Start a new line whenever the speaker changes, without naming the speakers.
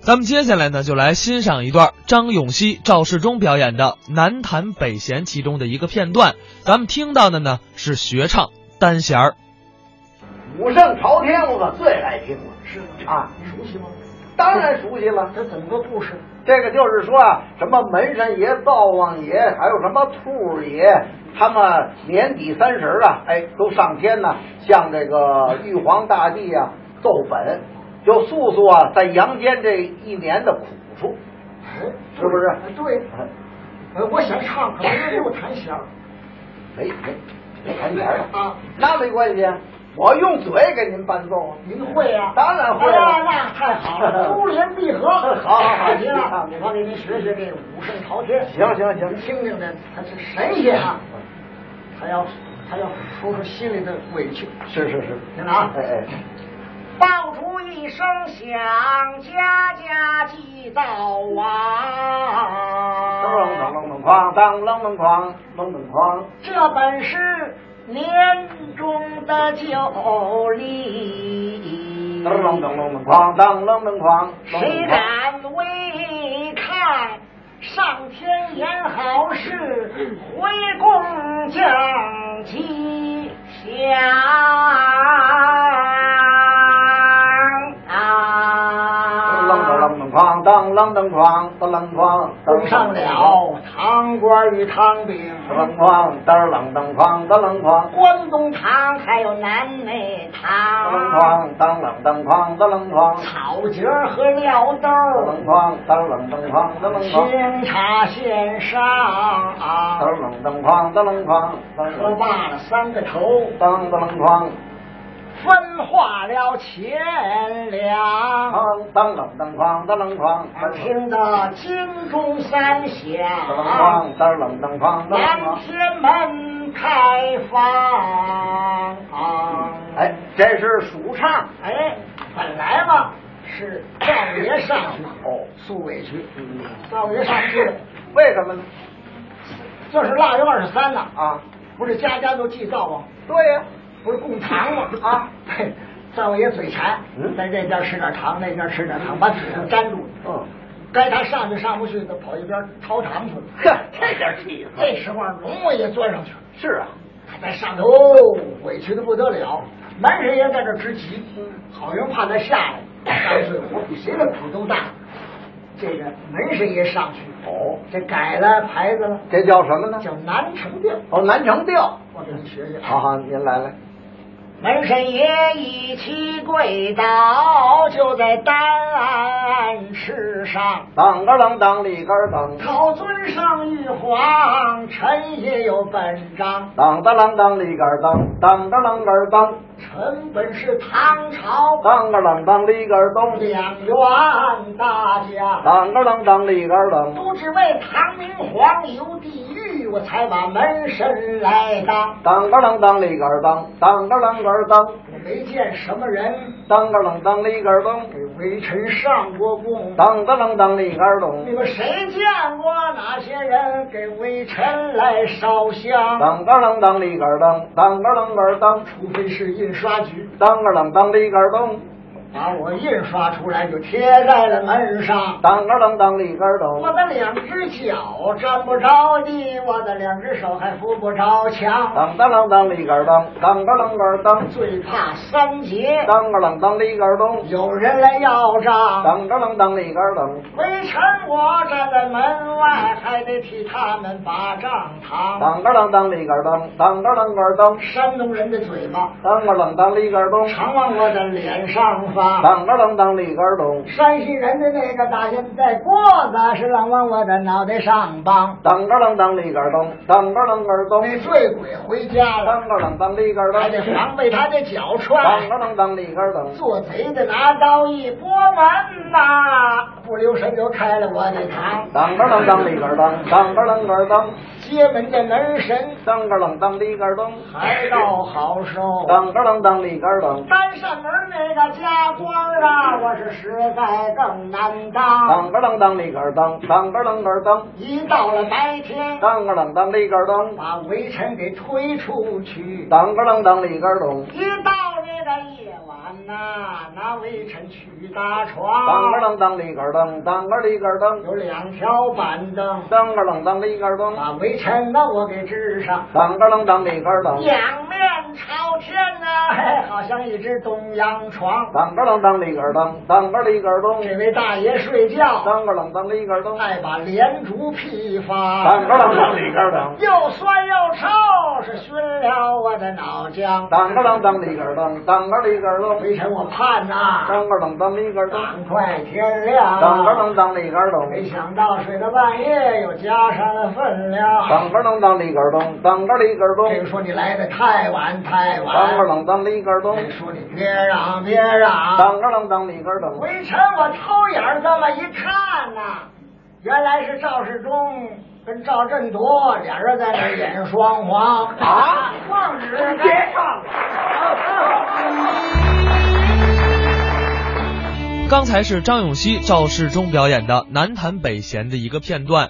咱们接下来呢，就来欣赏一段张永熙、赵世忠表演的《南弹北弦》其中的一个片段。咱们听到的呢是学唱单弦儿。
武圣朝天，我可最爱听了。
是吗？
啊，
熟悉吗？
当然熟悉了。
这怎么个故事？
这个就是说啊，什么门神爷、灶王爷，还有什么兔爷，他们年底三十啊，哎，都上天呐，向这个玉皇大帝啊奏本，就诉诉啊在阳间这一年的苦处。
哎，
是不是
哎对。哎，我想唱，可是又弹弦儿。
没没没谈钱了
啊
那没关系，我用嘴给您伴奏啊。
您会呀、
当然会
哎呀
了，
那太好了，珠联璧合。
好好好
您啊，我给您学学这武圣朝天。
行行行
您听听这，他是神仙啊，他要他要说出心里的委屈。
是是是，
行了啊
哎哎，
爆竹一声响，家家祭灶
噔
王。
噔噔噔哐，当啷啷哐，啷啷哐。
这本是年中的旧历，
噔噔噔噔噔哐，当啷啷哐。
谁敢违抗？上天言好事，回宫降吉
啷啷啷啷
祥。
哐，当啷啷哐，当啷哐。
供上了糖官与汤饼，
啷哐，当啷当哐，当啷哐。
关东糖还有南美
当啷
糖。
哐，当啷当哐，当啷哐。
草节儿和料豆
当
儿
啷，哐，当啷当哐，当啷哐。
清茶献上啊，
当啷当哐，当啷哐，当
喝
啷
罢了三个头，
当啷哐。
分化了钱粮。
当当啷当哐，当啷哐。
听得金钟三响，
当啷当哐，当啷
南
哐。
天门开放。
哎，这是数唱。
哎，本来嘛是灶爷上去
哦
诉委屈，
嗯，
灶爷上去
为什么呢？
就是腊月二十三呐，
啊，
不是家家都祭灶王。
对呀、
不是供糖吗？
啊，
嘿，灶爷嘴馋，
嗯
在这边吃点糖，那边吃点糖，把嘴上粘住了。
嗯，
该他上去上不去，他跑一边掏糖去了。
呵，这点气氛。
这时候啊龙王爷钻上去了，
是啊，
他在上头哦，委屈的不得了。门神爷在这直急，好人怕他下来，干脆我比谁的苦都大。这个门神爷上去，
哦，
这改了牌子了，
这叫什么呢？
叫南城调。
哦，南城调。
我给你学学啊。
好好，您来来。
门神爷一起跪倒，就在单案池上。
当个啷当里个儿当，
讨尊上玉皇，臣也有本章。
当个啷当里个儿当，当个啷个儿当，
臣本是唐朝
当个啷当里个儿当，
两员大将，
当个啷当里个儿当。
都只为唐明皇游地狱，我才把门神来当。
当个啷当里个儿当，当个啷个儿当，
我没见什么人
当个啷当里个儿当，
给微臣上过供。
当个啷当里个儿当。
你们谁见过哪些人给微臣来烧香？
当个啷当里个儿当，当个啷个儿当，
除非是印刷局
当个啷当里个儿当，
把我印刷出来，就贴在了门上。
当个啷当里个儿
我
当，
的两只脚沾不着地，我的两只手还扶不着墙。
当个啷当里个儿当，当个啷个儿当，
最怕三节，
当个啷当里个儿当，
有人来要账。
当个啷当里个儿当，
微臣我站在门外，还得替他们把账扛。
当个啷当里个儿当，当个啷个儿当，
山东人的嘴巴
当个啷当里个儿当，
常往我的脸上发，
当个啷当里个儿当，
山西人的那个大烟袋锅子是老往我的脑袋上帮。
当个啷当里个儿当，当个啷个儿当，
那醉鬼回家了，
当个啷当里个儿
还
当，
得防备他的脚
当
踹
个。啷当里个儿当，
做贼的拿刀一拨门呐，不留神就开了我的膛。
当个啷当里个儿当，当个啷个儿当，
接门的门神
当个啷当里个儿当。
还倒好受。
当个啷当里个儿当，
单扇门那个家官啊，我是实在更难
当
当。
个啷当里个儿当，当个啷个儿当，
一到了白天，
当个啷当里个儿当，
把微臣给推出去。
啊当个啷当里个儿当，
一到这个夜晚呐、那微臣去搭床，
当个楞当里个噔，当个里个噔，
有两条板凳，
当个楞当里个噔，
把微臣那我给支上，
当个楞当里个噔，
仰面朝天呐、嘿好像一只东洋床。
当个楞当里个噔，当个里个噔，
这位大爷睡觉，
当个楞当里个噔，
爱把连竹劈发
当，个楞当里个噔，
又酸又臭，是熏了我的脑浆。
当个楞当里个噔，当个里个噔，
微臣我盼呐、
当个楞当里个噔，
赶快天亮。
当个楞当里个
没
噔，
想到睡到半夜又加上了分量。
当个楞当里个噔，当个里个
这个
噔，
说你来的太晚太
当个
晚，
楞当里个
这个
噔，
说你别嚷别嚷。
当个楞当里个噔，
回城我偷眼儿这么一看呐、原来是赵世忠跟赵振铎俩人在那儿演双簧
啊，
放纸别放。
刚才是张永熙、赵世忠表演的南坛北弦的一个片段。